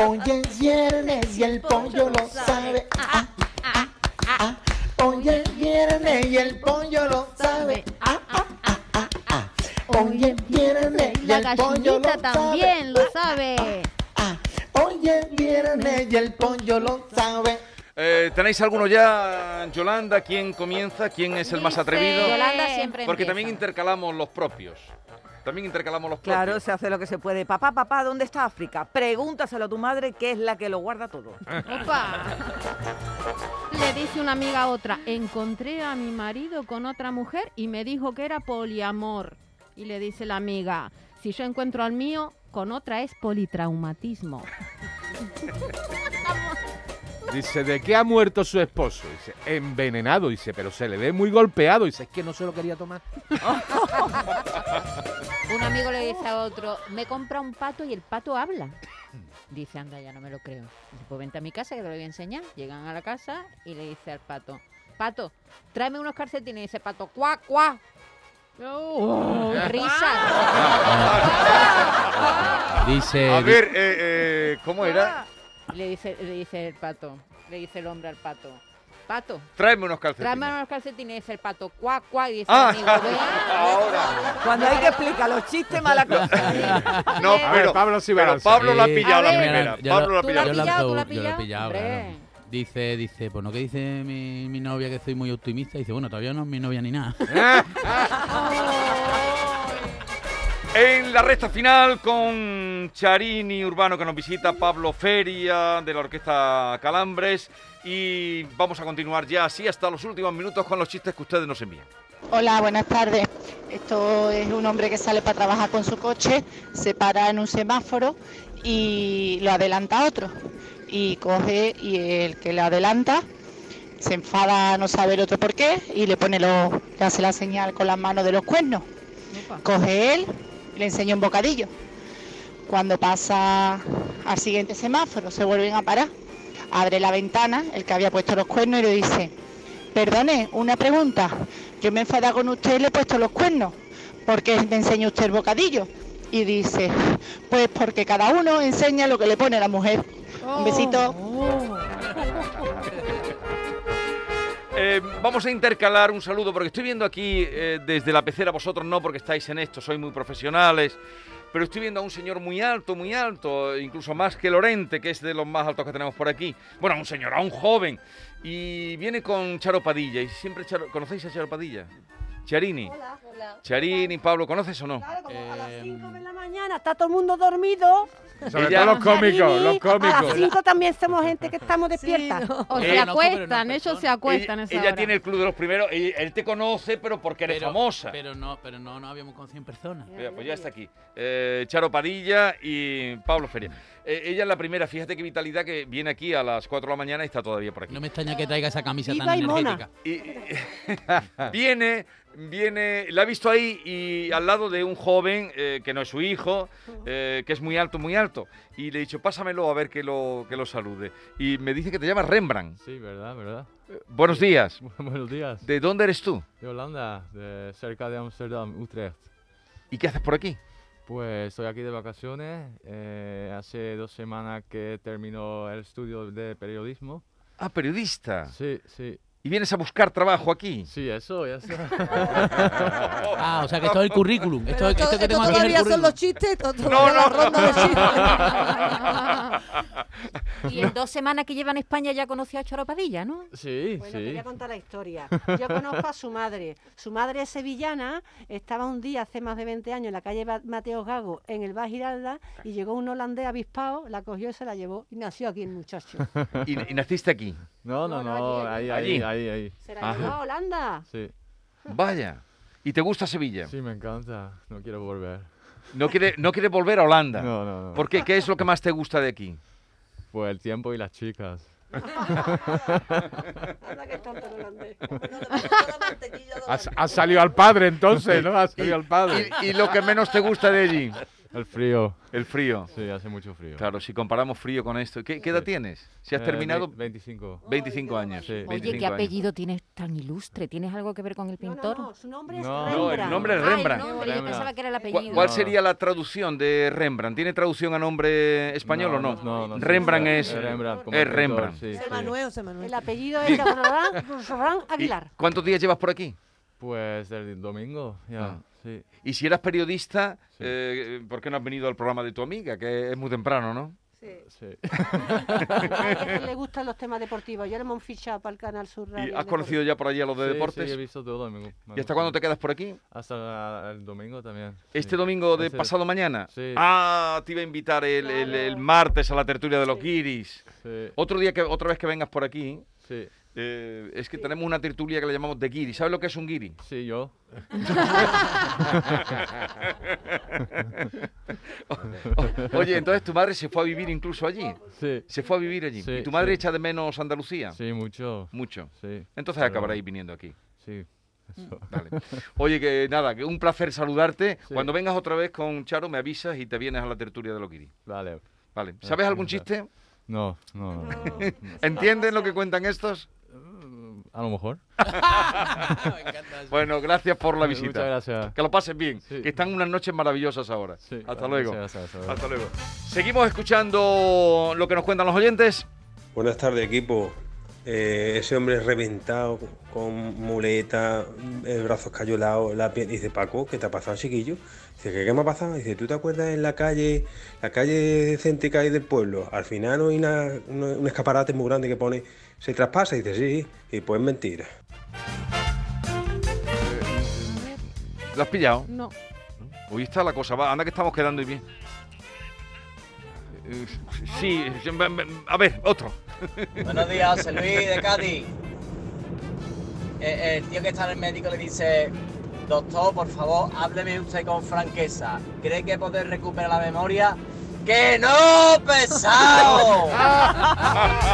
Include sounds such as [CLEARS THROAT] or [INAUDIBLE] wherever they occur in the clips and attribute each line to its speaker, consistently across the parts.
Speaker 1: Hoy es viernes y el pollo lo sabe. Ah, ah, ah, ah. Hoy es viernes y el pollo lo sabe. Ah, ah, ah, ah, ah. Hoy es viernes y
Speaker 2: La
Speaker 1: el pollo lo
Speaker 2: gallinita también
Speaker 1: sabe.
Speaker 2: lo sabe.
Speaker 1: Ah, ah. Hoy es viernes y el pollo lo sabe.
Speaker 3: Eh, ¿Tenéis alguno ya, Yolanda? ¿Quién comienza? ¿Quién es el más
Speaker 2: Dice-
Speaker 3: atrevido?
Speaker 2: Yolanda siempre
Speaker 3: Porque
Speaker 2: empieza.
Speaker 3: también intercalamos los propios. También intercalamos los
Speaker 4: Claro,
Speaker 3: propios.
Speaker 4: se hace lo que se puede. Papá, papá, ¿dónde está África? Pregúntaselo a tu madre, que es la que lo guarda todo.
Speaker 2: Opa. Le dice una amiga a otra, encontré a mi marido con otra mujer y me dijo que era poliamor. Y le dice la amiga, si yo encuentro al mío, con otra es politraumatismo.
Speaker 5: Dice, ¿de qué ha muerto su esposo? Dice, envenenado. Dice, pero se le ve muy golpeado. Dice, es que no se lo quería tomar.
Speaker 6: Un amigo le dice a otro, me compra un pato y el pato habla. [CLEARS THROAT] Dice, anda, ya no me lo creo. Dice, pues vente a mi casa que te lo voy a enseñar. Llegan a la casa y le dice al pato, pato, tráeme unos calcetines. Y dice, pato, cuac, cuac.
Speaker 3: Oh.
Speaker 6: [LAUGHS] Risa.
Speaker 5: Dice,
Speaker 3: A ver, eh, eh, [LAUGHS] ¿cómo
Speaker 6: Ah,
Speaker 3: era?
Speaker 6: Le dice, le dice el pato, le dice el hombre al pato, pato,
Speaker 3: Tráeme unos calcetines.
Speaker 6: tráeme unos calcetines. Y dice el pato, cuac, cuac. Y dice
Speaker 3: Ah,
Speaker 6: el amigo, "Ve". [LAUGHS]
Speaker 3: ahora.
Speaker 4: Cuando hay que explicar los chistes, mala cosa.
Speaker 3: No,
Speaker 5: A ver,
Speaker 3: pero
Speaker 5: Pablo sí
Speaker 3: pero
Speaker 5: balance.
Speaker 3: Pablo la ha
Speaker 7: Sí.
Speaker 3: pillado la
Speaker 6: A ver.
Speaker 3: primera.
Speaker 7: Yo lo-
Speaker 3: Pablo la ha
Speaker 6: Tú
Speaker 3: pillado.
Speaker 6: la-
Speaker 7: lo
Speaker 6: pillado,
Speaker 7: he yo
Speaker 6: tú lo has
Speaker 7: lo he
Speaker 6: pillado,
Speaker 7: pillado,
Speaker 6: hombre.
Speaker 7: claro. Dice, dice, pues no que dice mi, mi novia que soy muy optimista. Dice, bueno, todavía no es mi novia ni nada.
Speaker 3: En la recta final con Charini Urbano que nos visita, Pablo Feria de la Orquesta Calambres y vamos a continuar ya así hasta los últimos minutos con los chistes que ustedes nos envían.
Speaker 8: Hola, buenas tardes. Esto es un hombre que sale para trabajar con su coche, se para en un semáforo y lo adelanta a otro. Y coge y el que le adelanta se enfada, no sabe el otro por qué, y le pone los, le hace la señal con las manos de los cuernos. Coge él y le enseña un bocadillo. Cuando pasa al siguiente semáforo, se vuelven a parar. Abre la ventana, el que había puesto los cuernos, y le dice, Perdone, una pregunta. Yo me he enfadado con usted y le he puesto los cuernos. porque me enseña usted el bocadillo? Y dice, pues porque cada uno enseña lo que le pone la mujer. Un besito.
Speaker 3: Eh, vamos a intercalar un saludo porque estoy viendo aquí eh, desde la pecera, vosotros no porque estáis en esto, sois muy profesionales, pero estoy viendo a un señor muy alto, muy alto, eh, incluso más que Lorente, que es de los más altos que tenemos por aquí. Bueno, a un señor, a un joven. Y viene con Charo Padilla y siempre Charo- ¿Conocéis a Charo Padilla? Charini. Charini, Pablo, ¿conoces o no?
Speaker 9: como a las
Speaker 7: Em.
Speaker 9: 5 de la mañana está todo el mundo dormido.
Speaker 5: sobre
Speaker 3: Ella-
Speaker 5: todo los cómicos,
Speaker 9: Marini,
Speaker 5: los
Speaker 3: Ah,
Speaker 9: A las
Speaker 5: cómicos.
Speaker 9: 5 también somos gente que estamos
Speaker 2: O
Speaker 9: despierta.
Speaker 3: Eh,
Speaker 2: se
Speaker 3: conozco,
Speaker 7: pero no
Speaker 2: acuestan,
Speaker 7: en
Speaker 2: ellos se
Speaker 7: persona.
Speaker 2: acuestan
Speaker 3: ella
Speaker 2: esa
Speaker 3: ella
Speaker 2: hora.
Speaker 3: tiene el club de los primeros. Él, él te conoce, pero porque eres
Speaker 7: Pero-
Speaker 3: famosa.
Speaker 7: Pero no, pero no, no habíamos conocido en persona.
Speaker 3: Mira, pues ya está aquí. Eh, Charo Padilla y Pablo Feria. Eh, ella es la primera, fíjate qué vitalidad que viene aquí a las 4 de la mañana y está todavía por aquí.
Speaker 7: No me extraña que traiga esa camisa
Speaker 9: Viva
Speaker 7: tan
Speaker 9: y mona.
Speaker 7: energética.
Speaker 3: Y, [LAUGHS] viene, viene, la ha visto ahí y al lado de un joven eh, que no es su hijo, eh, que es muy alto, muy alto. Y le he dicho, pásamelo a ver que lo, que lo salude. Y me dice que te llamas Rembrandt.
Speaker 10: Sí, verdad, verdad. [LAUGHS]
Speaker 3: Buenos días.
Speaker 10: Buenos días.
Speaker 3: ¿De dónde eres tú?
Speaker 10: De Holanda, de cerca de Amsterdam, Utrecht.
Speaker 3: ¿Y qué haces por aquí?
Speaker 10: Pues estoy aquí de vacaciones. eh, hace dos semanas que terminó el estudio de periodismo.
Speaker 3: Ah, periodista.
Speaker 10: Sí, sí.
Speaker 3: ¿Y vienes a buscar trabajo aquí? [LAUGHS]
Speaker 10: Sí, eso, eso.
Speaker 5: [LAUGHS]
Speaker 7: Ah, o sea que esto es el currículum. Esto, esto que tengo aquí es el
Speaker 9: todavía son
Speaker 7: currículum.
Speaker 9: los chistes. to-
Speaker 3: No,
Speaker 9: todavía la
Speaker 3: no.
Speaker 9: ronda de chistes.
Speaker 6: Y en dos semanas que lleva en España ya conoció a Choropadilla, ¿no?
Speaker 10: Sí,
Speaker 9: Bueno, te voy
Speaker 10: sí.
Speaker 9: a contar la historia. Yo conozco a su madre. Su madre es sevillana, estaba un día hace más de 20 años en la calle Ba- Mateo Gago, en el Baix Giralda, y llegó un holandés avispado, la cogió y se la llevó, y nació aquí el muchacho.
Speaker 3: ¿Y- y naciste
Speaker 10: [LAUGHS]
Speaker 3: aquí?
Speaker 10: No, no,
Speaker 9: No,
Speaker 10: no.
Speaker 9: no,
Speaker 10: Ahí,
Speaker 9: allí,
Speaker 3: allí.
Speaker 10: ahí, ahí, ahí.
Speaker 9: Se la llevó a Holanda.
Speaker 10: Sí,
Speaker 3: Vaya. ¿Y te gusta Sevilla?
Speaker 10: sí, me encanta. No quiero volver.
Speaker 3: No quieres no quiere volver a Holanda.
Speaker 10: No, no, no.
Speaker 3: ¿Por qué? ¿Qué es lo que más te gusta de aquí?
Speaker 10: Pues el tiempo y las chicas.
Speaker 9: Anda que es tonto el holandés.
Speaker 5: Has, has salido al padre entonces, ¿no? Has salido al padre.
Speaker 10: [LAUGHS]
Speaker 3: ¿Y, y lo que menos te gusta de allí?
Speaker 10: El frío.
Speaker 3: El frío.
Speaker 10: Sí, hace mucho frío.
Speaker 3: Claro, si comparamos frío con esto. ¿Qué, qué edad tienes? Si has
Speaker 10: Eh,
Speaker 3: terminado...
Speaker 10: ve- 25.
Speaker 3: 25 años.
Speaker 11: Oye,
Speaker 3: 25
Speaker 11: ¿qué
Speaker 3: años.
Speaker 11: apellido tienes tan ilustre? ¿Tienes algo que ver con el pintor?
Speaker 9: No, su nombre es
Speaker 3: No,
Speaker 9: Rembrandt.
Speaker 3: el nombre es Rembrandt.
Speaker 11: Ah, el nombre, yo pensaba que era el
Speaker 3: ¿Cuál-
Speaker 11: apellido.
Speaker 3: ¿Cuál sería la traducción de Rembrandt? ¿Tiene traducción a nombre español
Speaker 10: No,
Speaker 3: o no?
Speaker 10: no, no, no,
Speaker 3: Rembrandt
Speaker 10: sí,
Speaker 3: es,
Speaker 10: es Rembrandt como
Speaker 3: es
Speaker 10: pintor,
Speaker 3: Rembrandt.
Speaker 10: sí.
Speaker 9: José Manuel, José Manuel. El apellido es Rembrandt Rembrandt
Speaker 3: ¿Y
Speaker 9: Aguilar.
Speaker 3: ¿Cuántos días llevas por aquí?
Speaker 10: Pues el domingo, ya.
Speaker 3: Ah.
Speaker 10: Sí.
Speaker 3: Y si eras periodista, eh, ¿por qué no has venido al programa de tu amiga? Que es muy temprano, ¿no?
Speaker 10: Sí.
Speaker 3: [LAUGHS]
Speaker 9: A él le gustan los temas deportivos. Yo le hemos fichado para el Canal Sur
Speaker 3: ¿Y
Speaker 9: Radio
Speaker 3: has
Speaker 9: Deportivo.
Speaker 3: conocido ya por allí a los de
Speaker 10: Sí, sí,
Speaker 3: deportes?
Speaker 10: he visto todo, me gu- me
Speaker 3: ¿Y hasta
Speaker 10: gusta.
Speaker 3: cuándo te quedas por aquí?
Speaker 10: Hasta la- el domingo también.
Speaker 3: ¿Este domingo de
Speaker 10: Ese-
Speaker 3: pasado mañana?
Speaker 10: Sí.
Speaker 3: Ah, te iba a invitar el, el- el martes a la tertulia de los guiris.
Speaker 10: Sí.
Speaker 3: Otro día que, otra vez que vengas por aquí,
Speaker 10: Sí,
Speaker 3: eh, es que tenemos una tertulia que le llamamos de guiri. ¿Sabes lo que es un
Speaker 10: [LAUGHS]
Speaker 3: guiri? [LAUGHS]
Speaker 10: sí, yo.
Speaker 3: O- Oye, entonces tu madre se fue a vivir incluso allí.
Speaker 10: Sí.
Speaker 3: Se fue a vivir allí.
Speaker 10: Sí,
Speaker 3: ¿Y tu madre
Speaker 10: sí.
Speaker 3: echa de menos Andalucía?
Speaker 10: Sí, mucho.
Speaker 3: Mucho.
Speaker 10: Sí.
Speaker 3: Ah. Entonces
Speaker 10: pero-
Speaker 3: acabaréis viniendo
Speaker 10: [LAUGHS]
Speaker 3: aquí.
Speaker 10: Sí. eso.
Speaker 3: Dale. Oye, que nada, que un placer saludarte.
Speaker 10: Sí.
Speaker 3: Cuando vengas otra vez con Charo, me avisas y te vienes a la tertulia de Loquiri.
Speaker 10: Vale.
Speaker 3: Vale.
Speaker 10: Pues
Speaker 3: ¿Sabes algún chiste?
Speaker 10: No, no. no, no.
Speaker 3: ¿Entienden lo que cuentan estos?
Speaker 10: A lo mejor.
Speaker 3: Bueno, gracias por la
Speaker 10: Muchas
Speaker 3: visita.
Speaker 10: gracias.
Speaker 3: Que lo pases bien.
Speaker 10: Sí.
Speaker 3: Que están unas noches maravillosas ahora.
Speaker 10: Sí,
Speaker 3: Hasta
Speaker 10: gracias,
Speaker 3: luego.
Speaker 10: gracias, hasta luego.
Speaker 3: Hasta luego. Seguimos escuchando lo que nos cuentan los oyentes.
Speaker 12: Buenas tardes, equipo. Eh, ese hombre reventado, con muleta, el brazo escayolado, la piel. Dice, Paco, ¿qué te ha pasado, chiquillo? Dice, ¿qué, qué me ha pasado? Dice, ¿tú te acuerdas en la calle, la calle decente que hay del pueblo? Al final no hay una- una- un escaparate muy grande que pone, se traspasa. Dice, sí, y pues mentira.
Speaker 3: ¿Lo has pillado?
Speaker 6: No.
Speaker 3: Hoy está la cosa, va, anda que estamos quedando y bien. Eh, Sí, a ver, otro.
Speaker 13: Buenos días, José Luis de Cádiz. Eh, el tío que está en el médico le dice, doctor, por favor, hábleme usted con franqueza. ¿Cree que poder recuperar la memoria? ¡Que no, pesado!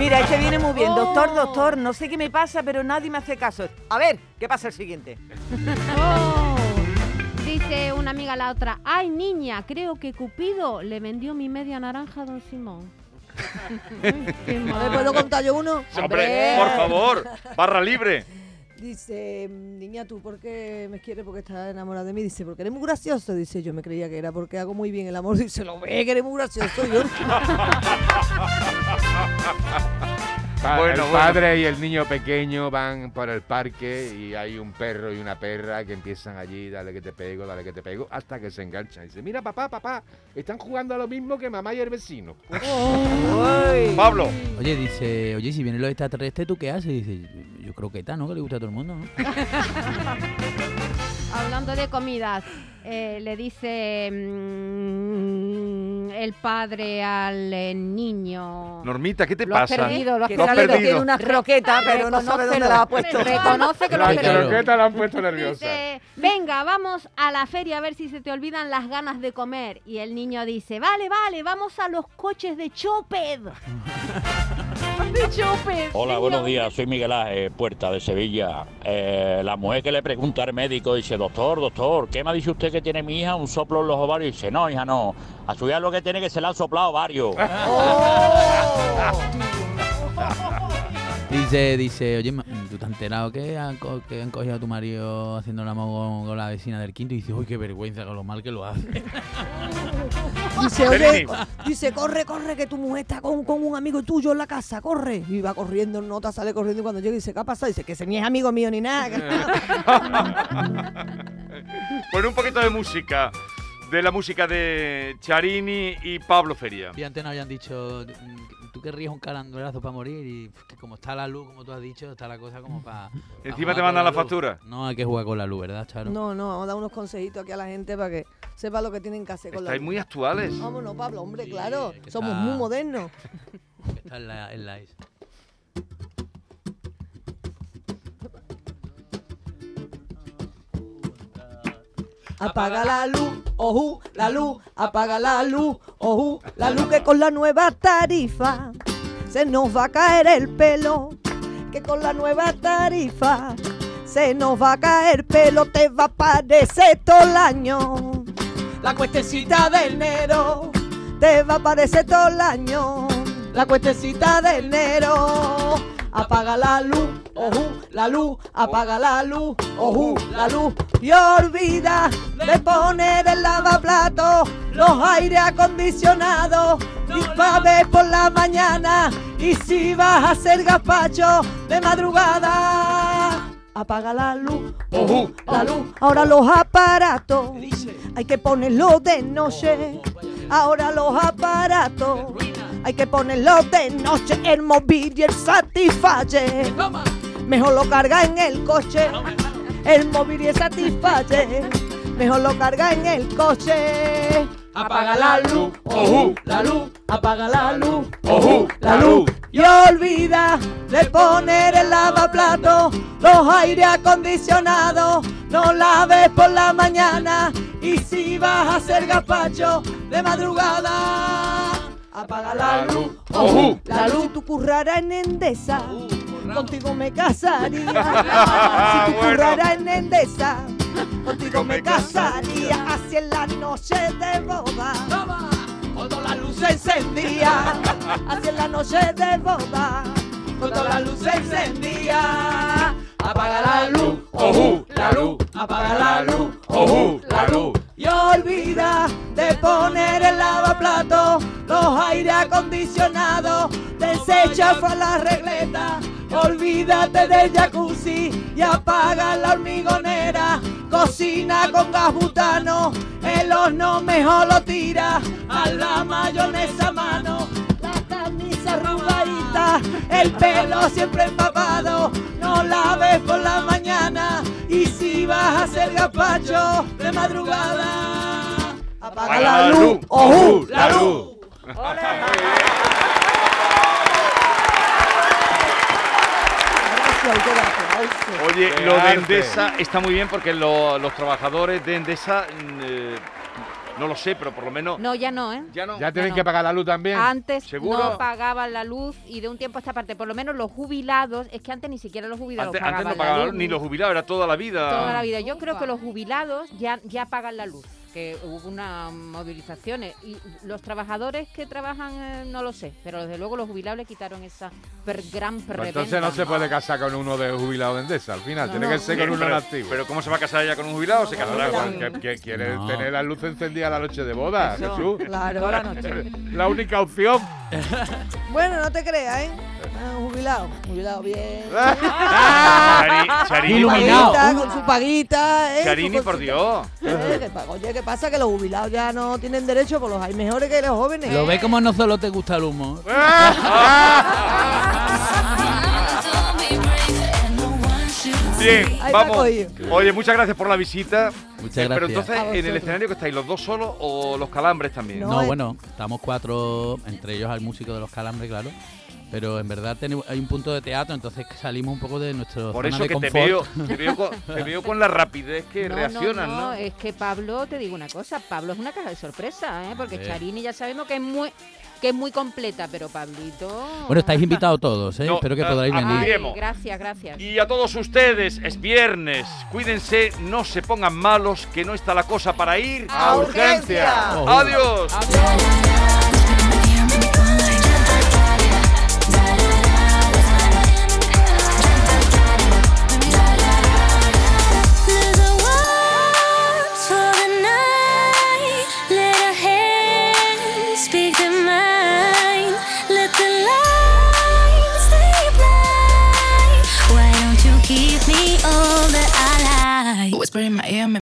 Speaker 14: Mira, este viene muy bien.
Speaker 4: Oh.
Speaker 14: Doctor, doctor, no sé qué me pasa, pero nadie me hace caso. A ver, ¿qué pasa el siguiente?
Speaker 6: Dice una amiga a la otra, ay niña, creo que Cupido le vendió mi media naranja a don
Speaker 4: [LAUGHS]
Speaker 6: Simón. Ay, qué
Speaker 4: A
Speaker 6: mal.
Speaker 4: ver, pues ¿puedo contar yo uno?
Speaker 3: Hombre, por favor, barra libre.
Speaker 4: Dice, niña, ¿tú por qué me quieres? Porque estás enamorada de mí. Dice, porque eres muy gracioso. Dice, yo me creía que era porque hago muy bien el amor. Dice, lo ve, que eres muy gracioso.
Speaker 3: [LAUGHS]
Speaker 4: Yo,
Speaker 5: Pa-
Speaker 3: Bueno,
Speaker 5: el
Speaker 3: bueno.
Speaker 5: padre y el niño pequeño van por el parque y hay un perro y una perra que empiezan allí, dale que te pego, dale que te pego, hasta que se enganchan. Y dice, mira papá, papá, están jugando a lo mismo que mamá y el vecino.
Speaker 3: Pablo.
Speaker 7: [LAUGHS] Oye, dice, oye, si vienen los extraterrestres, ¿tú qué haces? Dice, yo- yo creo que está, ¿no? Que le gusta a todo el
Speaker 13: [LAUGHS]
Speaker 7: mundo, ¿no?
Speaker 6: Hablando de comidas, eh, le dice mm, el padre al eh, niño.
Speaker 3: Normita, ¿qué te
Speaker 6: Lo has
Speaker 3: pasa?
Speaker 6: perdido, lo has
Speaker 3: Lo has
Speaker 6: perdido.
Speaker 3: perdido.
Speaker 14: croquetas, pero no sabe dónde la ha puesto.
Speaker 6: Reconoce que lo
Speaker 5: La
Speaker 6: has perdido.
Speaker 5: croqueta la han puesto nerviosa.
Speaker 6: Dice, venga, vamos a la feria a ver si se te olvidan las ganas de comer. Y el niño dice, vale, vale, vamos a los coches de Choped. [LAUGHS] de Choped.
Speaker 15: Hola, buenos días. Soy Miguel Ángel, Puerta de Sevilla. Eh, la mujer que le pregunta al médico dice, doctor, doctor, ¿qué me dice usted que tiene mi hija? Un soplo en los ovarios. Dice, no, hija, no. A su hija lo que tiene que se la han soplado varios.
Speaker 7: Dice, dice, oye, ma- ¿tú te has enterado que han, co- que han cogido a tu marido haciendo el amor con, con la vecina del quinto? Y dice, uy, qué vergüenza con lo mal que lo hace.
Speaker 4: dice,
Speaker 7: Pelini.
Speaker 4: oye, dice, corre, corre, que tu mujer está con, con un amigo tuyo en la casa, corre. Y va corriendo, nota, sale corriendo y cuando llega dice, ¿qué ha pasado? Dice, que ese ni es amigo mío
Speaker 3: [LAUGHS]
Speaker 4: ni nada.
Speaker 3: Pon un poquito de música. De la música de Charini y Pablo Feria.
Speaker 7: Y antes nos habían dicho, mm, tú querrías un calandolazo para morir y pff, que como está la luz, como tú has dicho, está la cosa como
Speaker 3: [LAUGHS]
Speaker 7: para...
Speaker 3: Encima te mandan la factura.
Speaker 7: No, hay que jugar con la luz, ¿verdad, Charo?
Speaker 4: No, no, vamos a dar unos consejitos aquí a la gente para que sepa lo que tienen que hacer con la
Speaker 3: Estáis
Speaker 4: luz.
Speaker 3: muy actuales.
Speaker 4: Vámonos, Pablo, hombre, claro.
Speaker 7: que
Speaker 4: Somos
Speaker 7: está- [LAUGHS]
Speaker 4: muy modernos.
Speaker 7: Que está en la, en la is.
Speaker 4: Apaga la luz, ojú, la luz, apaga la luz, ojú, la luz que con la nueva tarifa se nos va a caer el pelo, que con la nueva tarifa se nos va a caer pelo, te va a parecer todo el año.
Speaker 13: La cuestecita de enero te va a aparecer todo el año. La cuestecita de enero. Apaga la luz, ojú, la luz, apaga la luz, ojú, la luz. Y olvida de poner el lavaplatos, los aire acondicionados. Dispave por la mañana y si vas a hacer gazpacho de madrugada. Apaga la luz, ojú, la luz. Ahora los aparatos hay que ponerlos de noche. Ahora los aparatos hay que ponerlos de noche. El móvil y el satisface. Mejor lo carga en el coche. El móvil y el satisface. Mejor lo carga en el coche. Apaga la luz, ojú, la luz, apaga la luz, ojú, la luz. Y olvida de poner el lavaplato, los aire acondicionados, no laves por la mañana. Y si vas a hacer gazpacho de madrugada, apaga la luz, Uh, ojú, la luz. Tu currara en Endesa, contigo me [LAUGHS] casaría. Si tu currara en Endesa, contigo me casaría. Así en la noche de boda, con todas las luces [LAUGHS] encendidas. Así en la noche de boda, con todas las luces encendidas. Apaga la luz, ojú, la luz, apaga la luz, ojú, la luz. Y olvida de poner el lavaplato, los aire acondicionados, desecha fue la regleta, olvídate del jacuzzi y apaga la hormigonera, cocina con gas butano, el horno mejor lo tira, a la mayonesa a mano, la camisa arrugadita, el pelo siempre empapado, no laves por la mañana y si vas a hacer gazpacho de madrugada. Apaga la luz, ojú, la luz.
Speaker 3: Oye, lo de
Speaker 5: arte.
Speaker 3: Endesa está muy bien porque lo- los trabajadores de Endesa, mm, eh, no lo sé, pero por lo menos...
Speaker 6: No, ya no, ¿eh?
Speaker 3: Ya no.
Speaker 5: Ya tienen que pagar la luz también.
Speaker 13: Ah,
Speaker 6: Antes
Speaker 3: ¿Seguro?
Speaker 6: no pagaban la luz y de un tiempo a esta parte, por lo menos los jubilados, es que antes ni siquiera los jubilados
Speaker 3: Antes, antes
Speaker 6: pagaban
Speaker 3: no
Speaker 6: la
Speaker 3: pagaban
Speaker 6: luz,
Speaker 3: ni los jubilados, era toda la vida.
Speaker 6: toda la vida. Yo creo que los jubilados ya, ya pagan la luz, que hubo unas movilizaciones. Y los trabajadores que trabajan, eh, no lo sé, pero desde luego los jubilados le quitaron esa per- gran
Speaker 5: Pero
Speaker 6: preventa.
Speaker 5: Pues entonces no se puede casar con uno de jubilado de Endesa al final,
Speaker 6: No,
Speaker 5: tiene
Speaker 6: no.
Speaker 5: que ser con
Speaker 3: Sí,
Speaker 5: uno
Speaker 3: pero-
Speaker 5: nativo.
Speaker 3: Pero ¿cómo se va a casar ella con un jubilado? Se casará
Speaker 5: Claro,
Speaker 3: con...
Speaker 5: que, que quiere
Speaker 3: No.
Speaker 5: tener la luz encendida la noche de boda,
Speaker 3: Eso,
Speaker 5: Jesús.
Speaker 13: claro,
Speaker 5: la
Speaker 13: la noche.
Speaker 5: La única opción.
Speaker 13: Bueno, no te creas, ¿eh? Ah, jubilado, jubilado bien.
Speaker 3: Chari- Charini, Iluminado.
Speaker 13: Paguita, Con su paguita, ¿eh?
Speaker 3: Charini,
Speaker 13: Su
Speaker 3: por Dios.
Speaker 13: cosita. Eh, que pa- Oye, ¿qué pasa? Que los jubilados ya no tienen derecho, porque los hay mejores que los jóvenes.
Speaker 7: Lo ve como no solo te gusta el humo.
Speaker 3: Bien,
Speaker 13: Ahí va
Speaker 3: vamos.
Speaker 13: cogido.
Speaker 3: Oye, muchas gracias por la visita. Eh,
Speaker 7: Muchas
Speaker 3: Pero
Speaker 7: gracias.
Speaker 3: entonces,
Speaker 7: A
Speaker 3: ¿en el
Speaker 7: vosotros.
Speaker 3: escenario que estáis los dos solos o los calambres también?
Speaker 7: No, bueno, estamos cuatro, entre ellos al músico de los calambres, claro. Pero en verdad tenemos, hay un punto de teatro, entonces salimos un poco de nuestro
Speaker 3: Por
Speaker 7: zona
Speaker 3: eso
Speaker 7: de
Speaker 3: que te
Speaker 7: confort.
Speaker 3: veo, te, veo con, te veo con la rapidez que
Speaker 6: No, no,
Speaker 3: reaccionan, ¿no?
Speaker 6: no, eh. es que Pablo, te digo una cosa, Pablo es una caja de sorpresa, ¿eh? porque
Speaker 7: Sí.
Speaker 6: Charini ya sabemos que es muy que es muy completa, pero Pablito...
Speaker 7: Bueno, estáis invitados todos, ¿eh?
Speaker 3: No,
Speaker 7: espero que
Speaker 3: no,
Speaker 7: podáis
Speaker 3: ah,
Speaker 7: venir.
Speaker 6: Ay,
Speaker 3: Guillermo.
Speaker 6: gracias, gracias.
Speaker 3: Y a todos ustedes, es viernes. Cuídense, no se pongan malos, que no está la cosa para ir
Speaker 6: A
Speaker 3: urgencia.
Speaker 6: urgencia.
Speaker 3: Adiós.